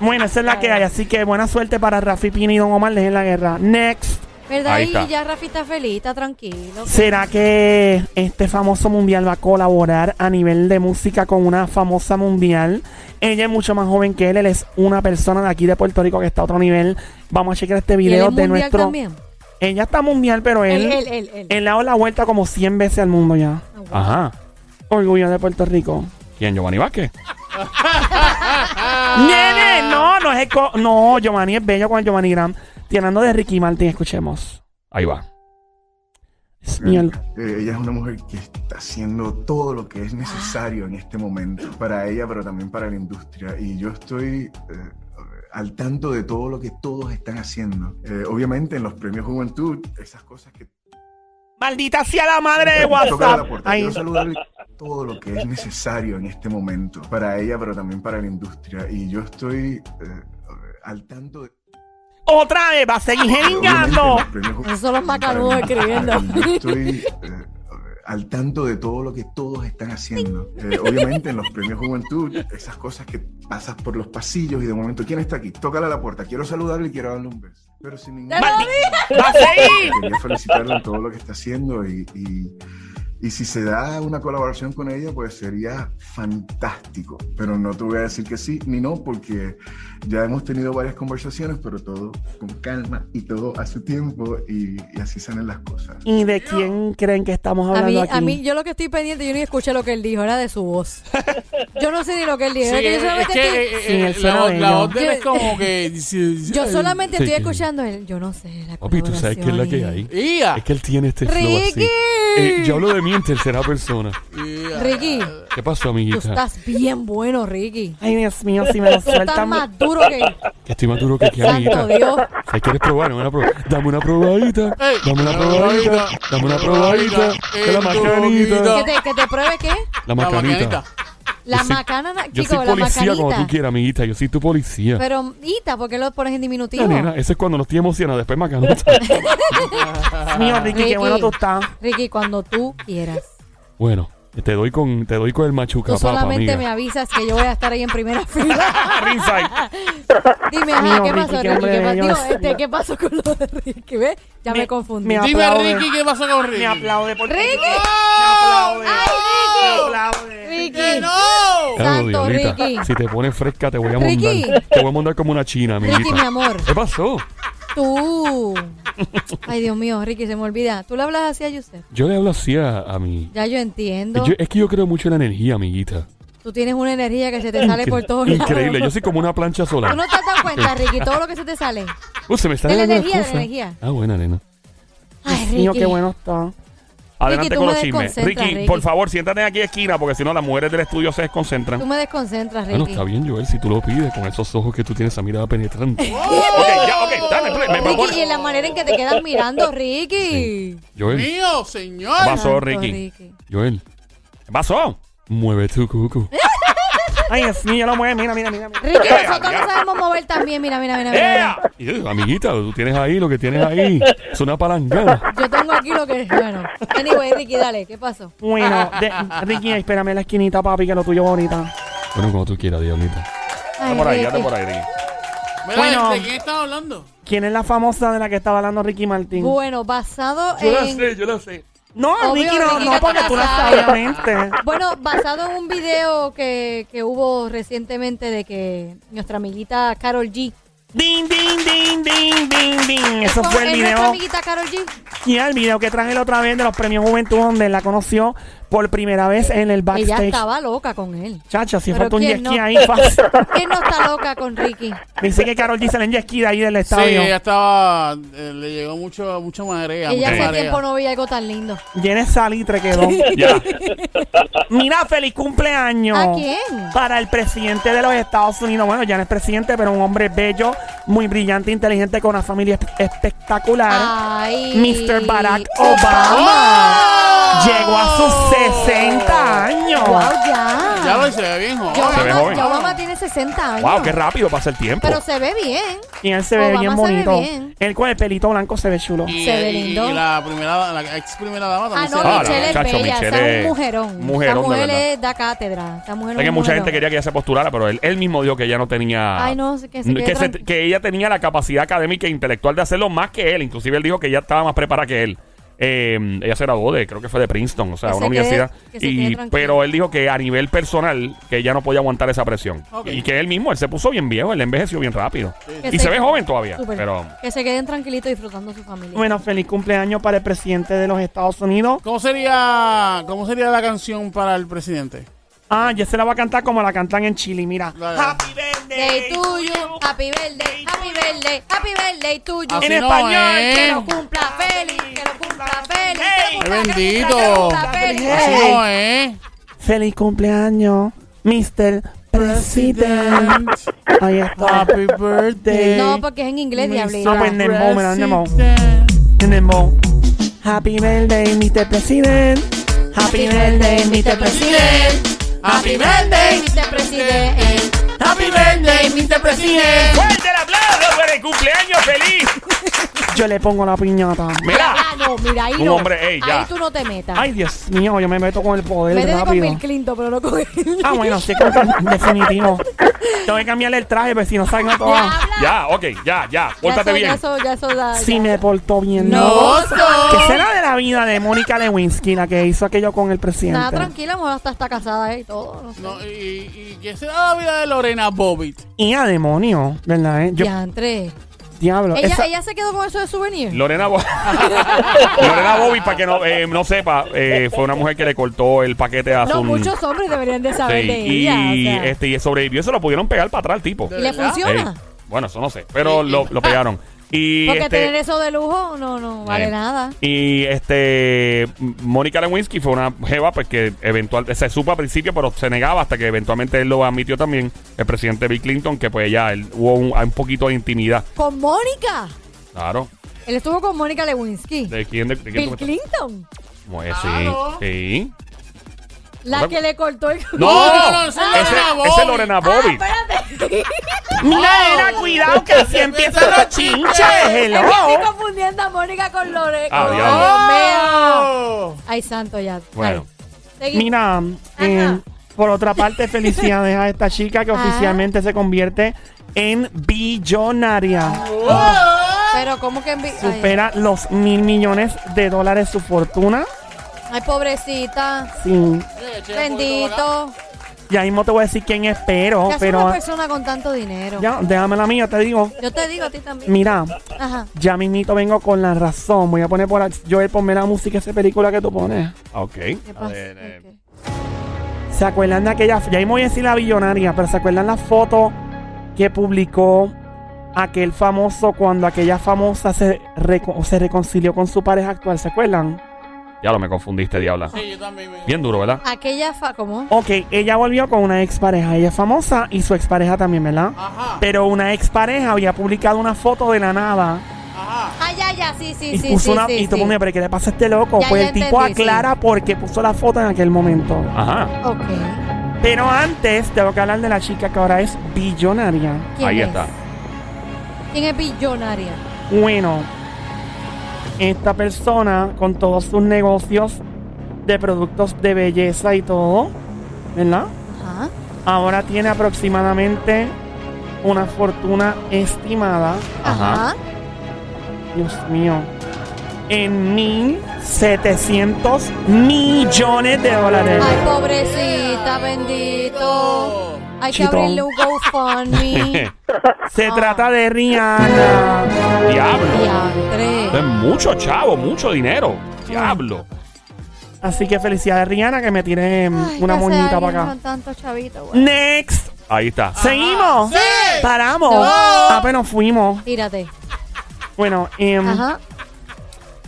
B: Bueno, esa es la que hay, así que buena suerte para Rafi Pina y Don Omar, dejen la guerra. Next,
D: ¿Verdad?
A: Ahí
D: y
A: está.
D: ya Rafi está feliz, está tranquilo.
B: ¿será que este famoso mundial va a colaborar a nivel de música con una famosa mundial? Ella es mucho más joven que él, él es una persona de aquí de Puerto Rico que está a otro nivel. Vamos a checar este
D: ¿Y él
B: video
D: es
B: de
D: mundial
B: nuestro... Eh.
D: también?
B: Ella está mundial, pero él,
D: Él,
B: él,
D: él, él, él.
B: le ha dado la vuelta como 100 veces al mundo ya.
D: Ah, wow.
A: Ajá.
B: Orgullo de Puerto Rico.
A: ¿Quién? Giovanni Vázquez.
D: Ah.
B: ¡Nene! No, no es el... co- no, Giovanni es bello con el Giovanni Graham. Tirando de Ricky Martin, escuchemos.
A: Ahí va.
B: Es mío el-
E: Eh, Ella es una mujer que está haciendo todo lo que es necesario en este momento para ella, pero también para la industria. Y yo estoy eh, al tanto de todo lo que todos están haciendo. Eh, obviamente en los premios Juventud, esas cosas que...
B: Maldita sea la madre de
E: Toca la
B: WhatsApp.
E: puerta.
B: Ahí.
E: Quiero saludarle todo lo que es necesario en este momento para ella, pero también para la industria. Y yo estoy eh, al tanto de...
B: Otra vez, va a seguir jeringando.
D: Esos son los macanudos escribiendo.
E: Yo estoy eh, al tanto de todo lo que todos están haciendo. Eh, obviamente en los premios Juventud, esas cosas que pasas por los pasillos y de momento, ¿quién está aquí? Tócala a la puerta, quiero saludarle y quiero darle un beso. Pero sin ningún...
D: ¡Te lo
B: Maldi-
D: dije!
B: Va a seguir.
E: Quería felicitarla en todo lo que está haciendo y, y- y si se da una colaboración con ella, pues sería fantástico. Pero no te voy a decir que sí ni no, porque ya hemos tenido varias conversaciones, pero todo con calma y todo a su tiempo y, y así salen las cosas.
B: ¿Y de quién creen que estamos
D: A mí,
B: hablando aquí?
D: a mí, yo lo que estoy pendiente, yo ni escuché lo que él dijo, era de su voz. Yo no sé ni lo que él
C: Sí,
D: dijo. era que yo
C: es
D: solamente,
C: es que
D: estoy,
C: eh,
B: Sí,
C: eh,
B: él suena
C: la, voz- la
B: bello.
C: voz de él es
D: Yo-
C: como que... eh,
D: yo solamente
F: Sí,
D: estoy
F: que-
D: escuchando él. Yo no sé. La
F: Papi, tú sabes que es la que hay.
C: ¡Ia!
F: Es que él tiene este flow así.
D: Ricky,
F: Eh, yo hablo de mí en tercera persona.
C: ¡Ia!
D: Ricky,
F: ¿Qué pasó,
D: tú
F: amiguita?
D: estás bien bueno, Ricky.
B: Ay, Dios mío, si me lo
D: Tú estás
B: sueltan.
D: más duro que
F: Que estoy más duro que aquí,
D: Santo
F: amiguita.
D: Dios.
F: Si quieres probar, dame una, pro- dame una probadita.
C: Ey,
F: Dame una probadita. Dame una probadita. De la
C: en tu boquita.
F: macanita.
D: Que te, que te pruebe qué?
F: La
C: La
F: macanita.
C: macanita.
D: La
F: Yo soy-
D: macana,
F: Yo
D: Kiko,
F: soy
D: la
F: policía como tú
D: macanita.
F: quieras, amiguita. Yo soy tu policía.
D: Pero, Ita, ¿por qué lo pones en diminutivo?
F: Ah, nena, eso es cuando no estoy emocionada. Después macanita.
B: Dios mío, Ricky,
D: Ricky.
B: qué bueno tú estás.
D: Ricky, cuando tú quieras.
F: bueno, Te doy con, te doy con el machuca,
D: Tú
F: papá,
D: solamente
F: amiga.
D: me avisas que yo voy a estar ahí en primera fila.
A: Ringside.
D: Dime, ajá,
B: Mío,
D: ¿qué pasó,
B: Ricky, qué
D: Ricky?
B: hombre
D: ¿Qué, pa-
B: bello
D: digo,
B: es.
D: este, ¿qué pasó con lo de Ricky? ¿Ves? Ya me,
B: Me-
D: confundí.
B: me-
C: Dime,
B: aplaude.
C: Ricky, ¿qué pasó con Ricky?
B: Me aplaude por
D: ¡Ricky!
B: Me aplaude.
D: ¡Ay, Ricky!
B: Me aplaude.
C: ¡Que
D: Ricky,
C: Eh, no!
F: Claro,
D: Santo,
F: diablita,
D: Ricky.
F: Si te pones fresca, te voy a
D: Ricky.
F: mandar. Te voy a mandar como una china,
D: Ricky, mi
F: amiguita.
D: amor,
F: ¿Qué pasó?
D: tú. Ay, Dios mío, Ricky, se me olvida. ¿Tú le hablas así a Yusef?
F: Yo le hablo así a, a mi.
D: Ya yo entiendo.
F: Yo- es que yo creo mucho en la energía, amiguita.
D: Tú tienes una energía que se te sale por todos lados.
F: Increíble, yo soy como una plancha solar.
D: Tú no te has dado cuenta, Ricky, todo lo que se te sale.
F: Uh, se me está
D: De la
F: dando las
D: energía, de la
F: cosas.
D: energía.
F: Ah, buena, nena.
D: Ay, Ricky.
B: Mío, qué bueno está.
A: Adelante
D: tú
A: con
D: me
A: los chismes.
D: desconcentras,
A: Ricky,
D: Ricky.
A: por favor, siéntate aquí esquina porque si no las mujeres del estudio se
D: Tú
A: desconcentran.
D: me desconcentras, Ricky.
F: Bueno, Ah, está bien, Joel, si tú lo pides, con esos ojos que tú tienes, esa mirada penetrante.
A: Ok, ya, ok, dale, play, me- me
D: Oh, Ricky,
A: voy.
D: y en la manera en que te quedas mirando, Ricky.
F: Joel,
C: ¡Mío, señor!
A: Vas. Pasó,
D: Santo
A: Ricky.
F: Joel,
A: ¿Qué pasó?
F: mueve tu cucu.
B: Ay, Dios mío, lo mueve. Mira, mira, mira. mira.
D: Ricky,
A: ¡Ea,
D: nosotros
A: ya!
D: no sabemos mover también. Mira, mira, mira. mira.
A: ¡Ea!
F: Eh, Amiguita, tú tienes ahí lo que tienes ahí. Es una palangana.
D: Yo tengo aquí lo que. Bueno, anyway, Ricky, dale, ¿qué pasó?
B: Bueno, de- Ricky, espérame en la esquinita, papi, que lo tuyo es bonita.
F: Bueno, como tú quieras, diablita.
D: Ay,
A: Date por ahí,
D: Ricky.
A: date por ahí, Ricky.
C: Mira,
B: Bueno.
C: ¿De quién estaba hablando?
B: ¿Quién es la famosa de la que estaba hablando Ricky Martín?
D: Bueno, basado en.
A: yo lo sé.
B: No,
D: Obvio,
B: Ricky, no,
D: Ricky,
B: no,
D: que
B: porque
D: tú
B: tú
D: la
B: la
D: sabes.
B: sabes, obviamente.
D: Bueno, basado en un video que, que hubo recientemente de que nuestra amiguita Carol G.
B: Ding, ding, ding, ding, ding, ding. Eso
D: ¿Es
B: fue el
D: eh, nuestra
B: video.
D: amiguita Carol G?
B: Y el video que traje la otra vez de los premios Juventud, donde la conoció por primera vez en el
D: Ella
B: backstage.
D: estaba loca con él.
B: Chacha, si
D: Pero
B: falta un
D: ¿quién
B: jet ski
D: no?
B: ahí, fácil.
D: ¿Quién no está loca con Ricky?
B: Dice que Carol G se en jet ski de ahí del
C: Sí,
B: estadio.
C: ella estaba. eh, le llegó mucho, mucha marea.
D: Ella
C: mucha
D: hace
C: marea.
D: tiempo no veía algo tan lindo.
B: Llena de salitre quedó.
A: Ya.
B: Mira, feliz cumpleaños.
D: ¿A quién?
B: Para el presidente de los Estados Unidos. Bueno, ya no es presidente, pero un hombre bello, muy brillante, inteligente, con una familia esp- espectacular.
D: Ay. ¡Oh!
B: Mr. Barack Obama llegó a sus 60 años.
D: Wow,
C: Ya
D: ya.
C: lo se ve bien joven.
D: Ya
A: Se ve
D: Obama,
A: joven.
D: ya Obama tiene 60 años.
A: Wow, qué rápido pasa el tiempo.
D: Pero se ve bien.
B: Y él se ve
D: Obama
B: bien
D: se ve
B: bonito.
D: bien.
B: Él con el pelito blanco se ve chulo.
C: Y,
D: Se ve
C: y-
D: lindo.
C: y la primera, la ex primera dama
D: Ah,
C: también
D: no,
C: se ve.
A: Ah,
D: Michelle es
A: chacho,
D: bella. esa
A: Michelle
D: es
A: es
D: un mujerón.
A: mujerón,
D: Esa
A: de
D: mujer
A: verdad.
D: es da cátedra. Esa mujer
A: Sé
D: es
A: que
D: un
A: mucha
D: mujerón.
A: gente quería que ella se postulara, pero él, él mismo dijo que ella no tenía...
D: Ay, no, que se quede
A: que,
D: tranqui-
A: que ella tenía la capacidad académica e intelectual de hacerlo más que él. Inclusive él dijo que ella estaba más preparada que él. Eh, ella se graduó de, creo que fue de Princeton, o sea,
D: Que
A: una
D: se quede-
A: universidad.
D: que se quede
A: Y,
D: tranquila.
A: pero él dijo que a nivel personal, que ella no podía aguantar esa presión.
C: Ok.
A: Y que él mismo, él se puso bien viejo, él envejeció bien rápido.
D: Que
A: Y se ve joven todavía,
D: Súper.
A: pero...
D: Que se queden tranquilitos disfrutando su familia.
B: Bueno, feliz cumpleaños para el presidente de los Estados Unidos.
C: ¿Cómo sería, ¿Cómo sería la canción para el presidente?
B: Ah, ya se la va a cantar como la cantan en Chile, mira.
C: Dale.
B: Happy birthday
D: Day
B: to
D: to you,
B: you.
D: happy birthday, happy birthday, happy birthday to you.
C: Así
B: En
C: no
B: español,
C: es.
B: que
D: Que lo cumpla feliz, que lo cumpla feliz.
B: Hey.
D: que lo cumpla, que lo cumpla,
C: Bendito.
D: que lo cumpla feliz.
C: Así
B: Hey.
C: no, ¿eh?
B: Feliz cumpleaños, Mr. President. Ahí está.
C: Happy birthday.
D: No, porque es en inglés, diablita.
B: Ah, pues,
D: Happy
B: ne- Nemo, me da Nemo.
C: President.
B: Tenemos Happy birthday, Mr. President. Happy birthday, Mr. President.
C: Happy birthday,
D: Mr. President.
C: Happy birthday, Mr. President.
A: ¡Fuerte el aplauso por el cumpleaños feliz!
B: Yo le pongo la piñata.
A: Mira,
D: Ah, no, mira, ahí
A: Un
D: no.
A: hombre, ey, ya.
D: Ahí tú no te metas.
B: Ay, Dios mío, yo me meto con el poder
D: Métete con
B: rápido.
D: Bill Clinton, pero no con él.
B: Ah, bueno, sí, creo que en definitivo. Tengo que cambiarle el traje, pero si no salgo toda.
D: Diabla.
A: ya, ok, ya, ya,
D: Ya
A: pórtate
D: eso,
A: bien.
D: ya eso, ya eso da.
B: Si
D: ya.
B: me portó bien.
C: No, no.
B: ¿Qué será de la vida de Mónica Lewinsky, la que hizo aquello con el presidente?
D: Nada, tranquila, mejor hasta está casada eh, y todo. No sé.
C: No, y, y qué será la vida de Lorena Bobbitt?
B: Y a demonio, ¿verdad? eh? Yo,
D: Diantre.
B: diablo.
D: Ella,
B: esa-
D: ella se quedó con eso de souvenir.
A: Lorena, Bo- Lorena Bobby, para que no, eh, no sepa, eh, fue una mujer que le cortó el paquete a
D: No,
A: su...
D: muchos hombres deberían de saber
A: Sí,
D: de
A: y,
D: ella. o sea.
A: este, y sobrevivió y se lo pudieron pegar para atrás al tipo.
D: ¿Y le
C: ¿Verdad?
D: funciona?
A: Ey, bueno, eso no sé, pero lo, lo pegaron. Y
D: Porque
A: este,
D: tener eso de lujo no, no vale
A: eh,
D: nada.
A: Y este Mónica Lewinsky fue una jeva pues, que eventual se supo al principio, pero se negaba hasta que eventualmente él lo admitió también, el presidente Bill Clinton, que pues ya él, hubo un, un poquito de intimidad.
D: Con Mónica.
A: Claro.
D: Él estuvo con Mónica Lewinsky.
A: ¿De quién? De, de quién tú
D: Bill
A: me estás-
D: Clinton.
A: Como es,
C: Claro.
A: Sí. sí.
D: La
A: Ahora-
D: que le cortó el.
A: No,
C: No, no, esa es
A: ese,
C: Lorena Bobbitt.
A: ese es Lorena Bobby.
D: Ah, espérate.
B: Mira, era cuidado que así empiezan los chinches.
D: Es que estoy
B: Hello.
D: confundiendo a Mónica con Lorena.
A: Ah,
D: Ay,
A: diablo.
D: Dios mío.
C: Oh.
D: Ay, santo ya.
A: Bueno.
D: Dale. Seguimos.
B: Mira, eh, por otra parte, felicidades a esta chica que
D: Ah.
B: oficialmente se convierte en billonaria.
D: Pero como que envi- ay,
B: Supera los mil millones de dólares su fortuna.
D: ay, pobrecita.
B: Sí.
D: Bendito.
B: Ya mismo te voy a decir quién es, pero,
D: ¿Qué hace una
B: pero
D: persona con tanto dinero?
B: ya, déjame la mía, te digo.
D: Yo te digo a ti también.
B: Mira,
D: Ajá.
B: ya mismito vengo con la razón. Voy a poner por aquí. Joel, ponme la música, esa película que tú pones.
A: Ok.
D: ¿Qué pasa?
B: eh,
D: Ok.
B: ¿Se acuerdan de aquella? Ya mismo voy a decir la billonaria, pero ¿se acuerdan la foto que publicó aquel famoso cuando aquella famosa se, reco- se reconcilió con su pareja actual? ¿Se acuerdan?
A: Ya lo me confundiste, diabla.
C: Sí, yo también. me-
A: Bien duro, ¿verdad?
D: Aquella fa... ¿Cómo?
B: Ok, ella volvió con una expareja. Ella es famosa y su expareja también, ¿verdad?
C: Ajá,
B: Pero una expareja había publicado una foto de la nada
C: ajá.
D: Ah, ya, ya, sí, sí,
B: y
D: sí.
B: puso
D: sí,
B: una.
D: sí,
B: y tú
D: sí.
B: pones, ¿pero qué le pasa a este loco?
D: Ya,
B: pues
D: ya
B: el tipo
D: entendí, sí.
B: aclara por qué puso la foto en aquel momento.
A: Ajá.
D: Ok.
B: Pero antes tengo que hablar de la chica que ahora es billonaria.
D: ¿Quién
A: Ahí
D: es?
A: está.
D: ¿Quién es billonaria?
B: Bueno, esta persona con todos sus negocios de productos de belleza y todo, ¿verdad?
D: Ajá.
B: Ahora tiene aproximadamente una fortuna estimada,
A: Ajá.
D: Ajá.
B: Dios mío, en 1.700 millones de dólares.
D: Ay, pobrecita, bendito. Hay que
B: Chitón.
D: abrirle un GoFundMe.
B: Se
D: ah.
B: trata de Rihanna.
A: Diablo.
D: Diantre.
A: Esto es mucho, chavo, mucho dinero. Diablo.
B: Así que felicidades Rihanna que me tiene
D: Ay,
B: una
D: ya sé,
B: moñita
D: alguien
B: para acá.
D: Con tantos chavitos, güey.
B: Next.
A: Ahí está.
C: Ah,
B: Seguimos. Paramos.
D: Ah. No.
B: Apenas fuimos.
D: Tírate.
B: Bueno, em,
A: Mm.
D: Ajá.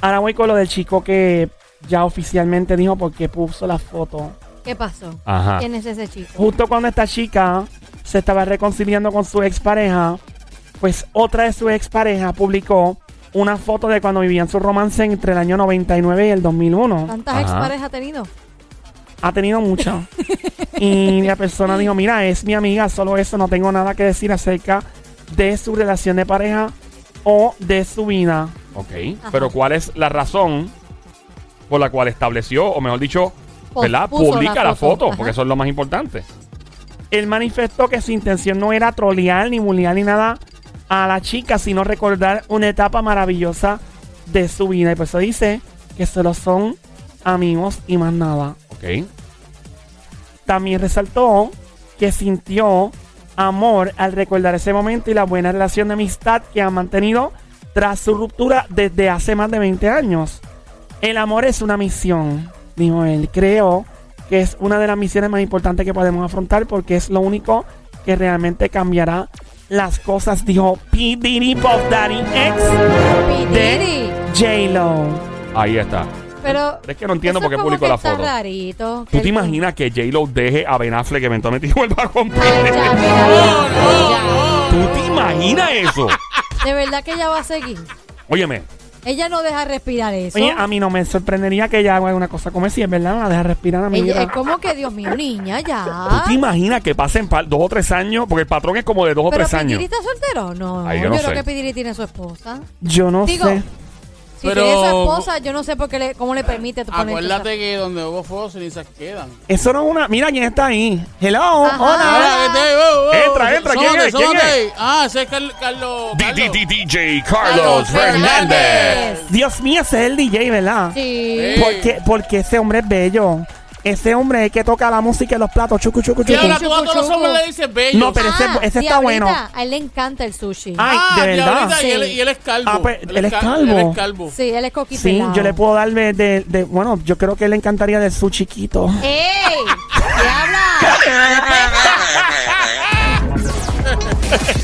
B: ahora voy con lo del chico que ya oficialmente dijo porque puso la foto.
D: ¿Qué pasó?
A: Ajá.
D: ¿Quién es ese chico?
B: Justo cuando esta chica se estaba reconciliando con su expareja, pues otra de sus exparejas publicó una foto de cuando vivían su romance entre el año 99 y el 2001.
D: ¿Cuántas
A: Ajá.
D: expares ha tenido?
B: Ha tenido mucho. y la persona dijo, mira, es mi amiga, solo eso, no tengo nada que decir acerca de su relación de pareja o de su vida.
A: Ok. Pero ¿cuál es la razón por la cual estableció, o mejor dicho,
D: Pos-
A: ¿verdad?
D: Pues puso
A: Publica la foto,
D: Ajá.
A: porque eso es lo más importante.
B: Él manifestó que su intención no era trolear, ni bullear, ni nada a la chica, sino recordar una etapa maravillosa de su vida. Y por eso dice que solo son amigos y más nada.
A: Ok.
B: También resaltó que sintió amor al recordar ese momento y la buena relación de amistad que han mantenido tras su ruptura desde hace más de 20 años. El amor es una misión, dijo él. Creo que es una de las misiones más importantes que podemos afrontar porque es lo único que realmente cambiará las cosas, dijo P. Diddy Pop Daddy X
D: Pidiri.
B: J-Lo.
A: Ahí está.
D: Pero.
A: Es que no entiendo
D: eso
A: por qué
D: como
A: publicó
D: que
A: la
D: está
A: foto.
D: Rarito,
A: ¿Tú te imaginas que J-Lo deje a Ben Affleck eventualmente y vuelva a
D: Ay, ya,
A: comprar?
D: mira, ya,
A: ¿Tú te imaginas eso?
D: ya. De verdad que ella va a seguir.
A: Óyeme,
D: Ella no deja respirar eso.
B: Oye,
A: ah,
B: a mí no me sorprendería que ella haga alguna cosa como si es verdad, no la deja respirar a mí.
D: Ella- es como que, Dios mío, niña,
A: ¿tú
D: ya.
A: te imaginas que pasen pa- dos o tres años? Porque el patrón es como de dos o
D: Pero
A: tres años.
D: Pidiri está soltero. No,
A: Ay, yo
D: yo,
A: no
D: creo
A: sé.
D: que Pidiri tiene su esposa.
B: Yo no
D: Digo,
B: sé.
D: Si
C: Pero-
D: tiene su esposa, yo no sé por qué le- cómo le permite poner
C: Acuérdate que donde hubo fuego, cenizas quedan.
B: Eso no es una. Mira quién está ahí. Hello.
D: Ajá.
B: Hola.
D: Hola,
C: vete, oh, oh.
A: Entra, entra, ¿quién
C: Sómate,
A: es? ¿Quién
C: sómate. Ah, ese es Carl- Carlos.
A: Di- di-
C: Carlos.
A: di- DJ
C: Carlos
A: Carlos Fernández.
B: Dios mío, ese es el DJ, ¿verdad?
D: Sí.
C: Sí.
B: Porque, porque ese hombre es bello. Ese hombre es el que toca la música en los platos. Chucu, chucu,
C: Y
B: chucu.
C: ahora tú a todos los
D: Chucu, chucu.
C: hombres le dices bello.
B: No, pero ese- ese está
D: Diablita,
B: bueno.
D: Ah, A él le encanta el sushi.
B: Ay,
C: Ah,
B: de verdad.
C: diablita, Y, él,
D: Sí.
C: y él es calvo.
B: Ah, pues, él es
C: cal-
B: calvo.
C: Él es calvo.
D: Sí, él es
B: Sí,
D: coquipelado.
B: yo le puedo dar de, de- de- Bueno, yo creo que le encantaría de su chiquito.
D: ¡Ey! ¿Qué habla?